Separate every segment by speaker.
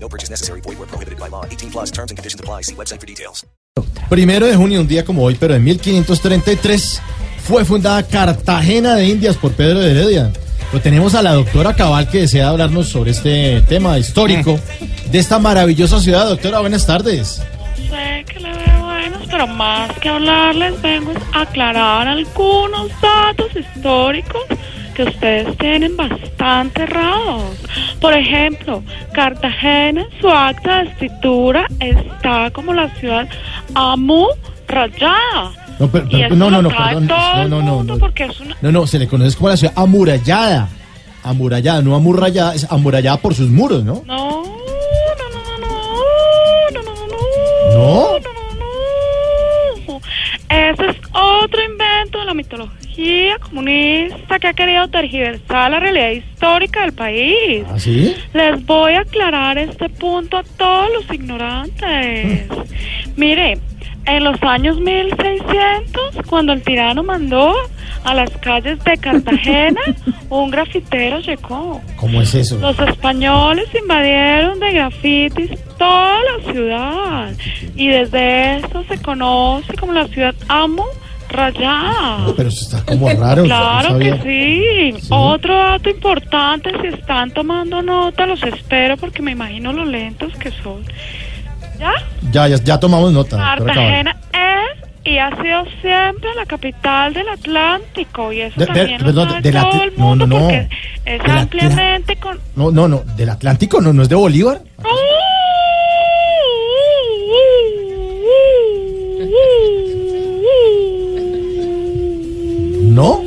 Speaker 1: No purchase necessary. Void where prohibited by law. 18 plus terms and conditions apply. See website for details.
Speaker 2: Primero de junio, un día como hoy, pero en 1533, fue fundada Cartagena de Indias por Pedro de Heredia. Lo tenemos a la doctora Cabal que desea hablarnos sobre este tema histórico
Speaker 3: Mm.
Speaker 2: de esta maravillosa ciudad. Doctora, buenas tardes.
Speaker 3: Sé que le veo buenos, pero más que hablarles vengo a aclarar algunos datos históricos que ustedes tienen bastante errados. Por ejemplo, Cartagena, su acta de escritura está como la ciudad Amu rayada.
Speaker 2: No, per-
Speaker 3: y eso
Speaker 2: no, no,
Speaker 3: lo
Speaker 2: no,
Speaker 3: sabe
Speaker 2: perdón.
Speaker 3: todo
Speaker 2: No,
Speaker 3: el
Speaker 2: no, no,
Speaker 3: mundo
Speaker 2: no.
Speaker 3: porque es una
Speaker 2: No, no, se le conoce como la ciudad amurallada. Amurallada, no amurallada, es amurallada por sus muros, ¿no?
Speaker 3: No, no, no, no, no, no, no, no,
Speaker 2: ¿No?
Speaker 3: no, no, no. Ese es otro invento de la mitología comunista que ha querido tergiversar la realidad histórica del país.
Speaker 2: ¿Ah, sí?
Speaker 3: Les voy a aclarar este punto a todos los ignorantes. Mire, en los años 1600, cuando el tirano mandó a las calles de Cartagena, un grafitero llegó.
Speaker 2: ¿Cómo es eso?
Speaker 3: Los españoles invadieron de grafitis toda la ciudad y desde eso se conoce como la ciudad Amo Rayá.
Speaker 2: Pero eso está como raro.
Speaker 3: Claro
Speaker 2: no
Speaker 3: que
Speaker 2: sabía.
Speaker 3: sí.
Speaker 2: Sí.
Speaker 3: Otro dato importante, si están tomando nota, los espero porque me imagino lo lentos que son. ¿Ya?
Speaker 2: Ya, ya, ya tomamos nota. doctora Cabal.
Speaker 3: Cartagena es y ha sido siempre la capital del Atlántico y eso
Speaker 2: De- de-
Speaker 3: también lo
Speaker 2: perdón,
Speaker 3: sabe
Speaker 2: del
Speaker 3: todo
Speaker 2: Atl-
Speaker 3: el
Speaker 2: no,
Speaker 3: mundo
Speaker 2: no, no.
Speaker 3: porque es
Speaker 2: Del Atl-
Speaker 3: ampliamente con...
Speaker 2: No, no, no, del Atlántico no, no es de Bolívar. No.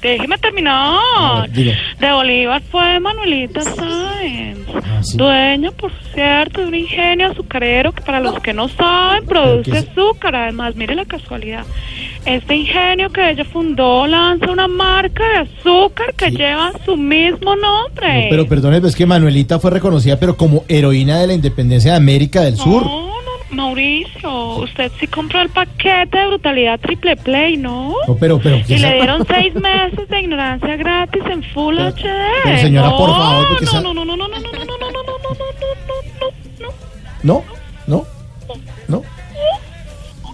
Speaker 3: Déjeme
Speaker 2: A
Speaker 3: terminar.
Speaker 2: ver, diga.
Speaker 3: De Bolívar fue Manuelita Sáenz,
Speaker 2: Ah, sí.
Speaker 3: dueña, por cierto, de un ingenio azucarero que para los que no saben
Speaker 2: ¿qué
Speaker 3: produce
Speaker 2: es?
Speaker 3: azúcar. Además, mire la casualidad. Este ingenio que ella fundó lanza una marca de azúcar que
Speaker 2: Sí.
Speaker 3: lleva su mismo nombre.
Speaker 2: No, pero perdone, pero es que Manuelita fue reconocida, pero como heroína de la independencia de América del Sur.
Speaker 3: No, no, Mauricio, usted sí compró el paquete de brutalidad triple play, ¿no?
Speaker 2: No, pero, pero, ¿qué
Speaker 3: Y
Speaker 2: es-
Speaker 3: le dieron seis meses de ignorancia gratis en Full
Speaker 2: Pero-
Speaker 3: HD.
Speaker 2: pero, señora,
Speaker 3: no,
Speaker 2: por favor, porque esa-
Speaker 3: no, no, no, no, no, no, no, no, no, no, no, no, no, no, no,
Speaker 2: No, no, no.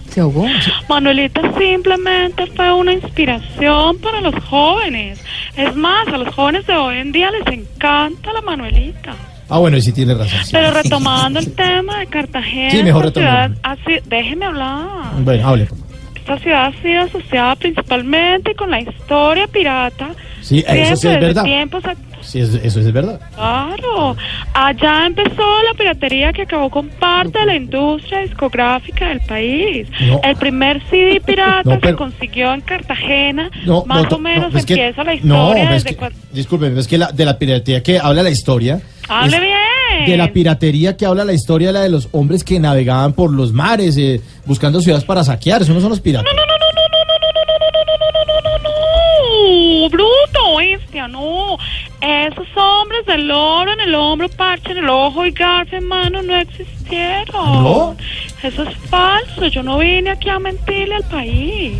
Speaker 4: Se ahogó.
Speaker 3: Manuelita simplemente fue una inspiración para los jóvenes. Es más, a los jóvenes de hoy en día les encanta la Manuelita.
Speaker 2: Ah, bueno, y sí tiene razón. sí.
Speaker 3: Pero retomando el tema de Cartagena,
Speaker 2: Sí, mejor
Speaker 3: esta ciudad
Speaker 2: retomando.
Speaker 3: ha sido- déjeme hablar.
Speaker 2: Bueno, hable. por favor.
Speaker 3: Esta ciudad ha sido asociada principalmente con la historia pirata.
Speaker 2: Sí, eso sí es
Speaker 3: siempre desde
Speaker 2: verdad.
Speaker 3: tiempos ac-
Speaker 2: Sí, eso, eso es verdad.
Speaker 3: claro. Allá empezó la piratería que acabó con parte de la industria discográfica del país.
Speaker 2: No.
Speaker 3: El primer CD pirata
Speaker 2: No, pero-
Speaker 3: se consiguió en Cartagena.
Speaker 2: No,
Speaker 3: Más
Speaker 2: no,
Speaker 3: o menos
Speaker 2: no, es que-
Speaker 3: empieza la
Speaker 2: No,
Speaker 3: historia
Speaker 2: es
Speaker 3: desde
Speaker 2: que,
Speaker 3: cuando...
Speaker 2: disculpe, es que la, de la piratería que habla la historia.
Speaker 3: ¡Hable
Speaker 2: es-
Speaker 3: bien!
Speaker 2: De la piratería que habla la historia, la de los hombres que navegaban por los mares eh, buscando ciudades para saquear. Eso no son los piratas.
Speaker 3: no, no, no, no, no, no, no, no, no, no, no, no, no, no, no, bruto, bestia, no. Esos hombres del oro en el hombro, parche en el ojo y garfio en mano no existieron.
Speaker 2: ¿No?
Speaker 3: Eso es falso, yo no vine aquí a mentirle al país.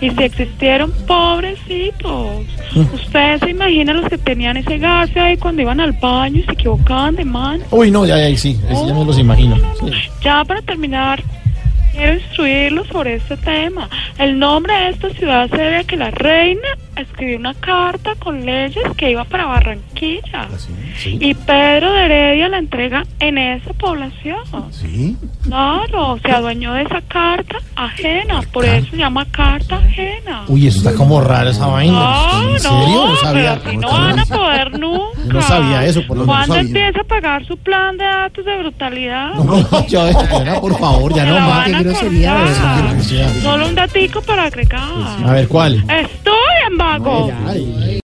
Speaker 3: Y si existieron, pobrecitos. Ustedes se imaginan los que tenían ese garfio ahí cuando iban al baño y se equivocaban de mano.
Speaker 2: Uy, no, ya, ya, sí, es- Pues ya me los imagino. Sí.
Speaker 3: Oh. Ya para terminar, quiero instruirlos sobre este tema. El nombre de esta ciudad se debe a que la reina escribió una carta con leyes que iba para Barranquilla.
Speaker 2: Ah,
Speaker 3: Y Pedro de Heredia la entrega en esa población.
Speaker 2: Ah, Sí.
Speaker 3: Claro, se adueñó de esa carta ajena, por eso se llama carta ajena.
Speaker 2: Uy, eso está como raro esa vaina.
Speaker 3: No,
Speaker 2: ¿En serio?
Speaker 3: no,
Speaker 2: No sabía.
Speaker 3: pero así no van a poder nunca.
Speaker 2: Yo no sabía eso, por lo menos
Speaker 3: ¿Cuándo
Speaker 2: sabía.
Speaker 3: empieza a pagar su plan de datos de brutalidad?
Speaker 2: No, ya, ya, por favor, ya
Speaker 3: Me
Speaker 2: no
Speaker 3: la
Speaker 2: más.
Speaker 3: van a
Speaker 4: grosería,
Speaker 3: colgar.
Speaker 2: ¿verdad? Qué grosería.
Speaker 3: Solo un datico para agregar.
Speaker 2: A ver, ¿cuál?
Speaker 3: Estoy en vago.
Speaker 2: Ay.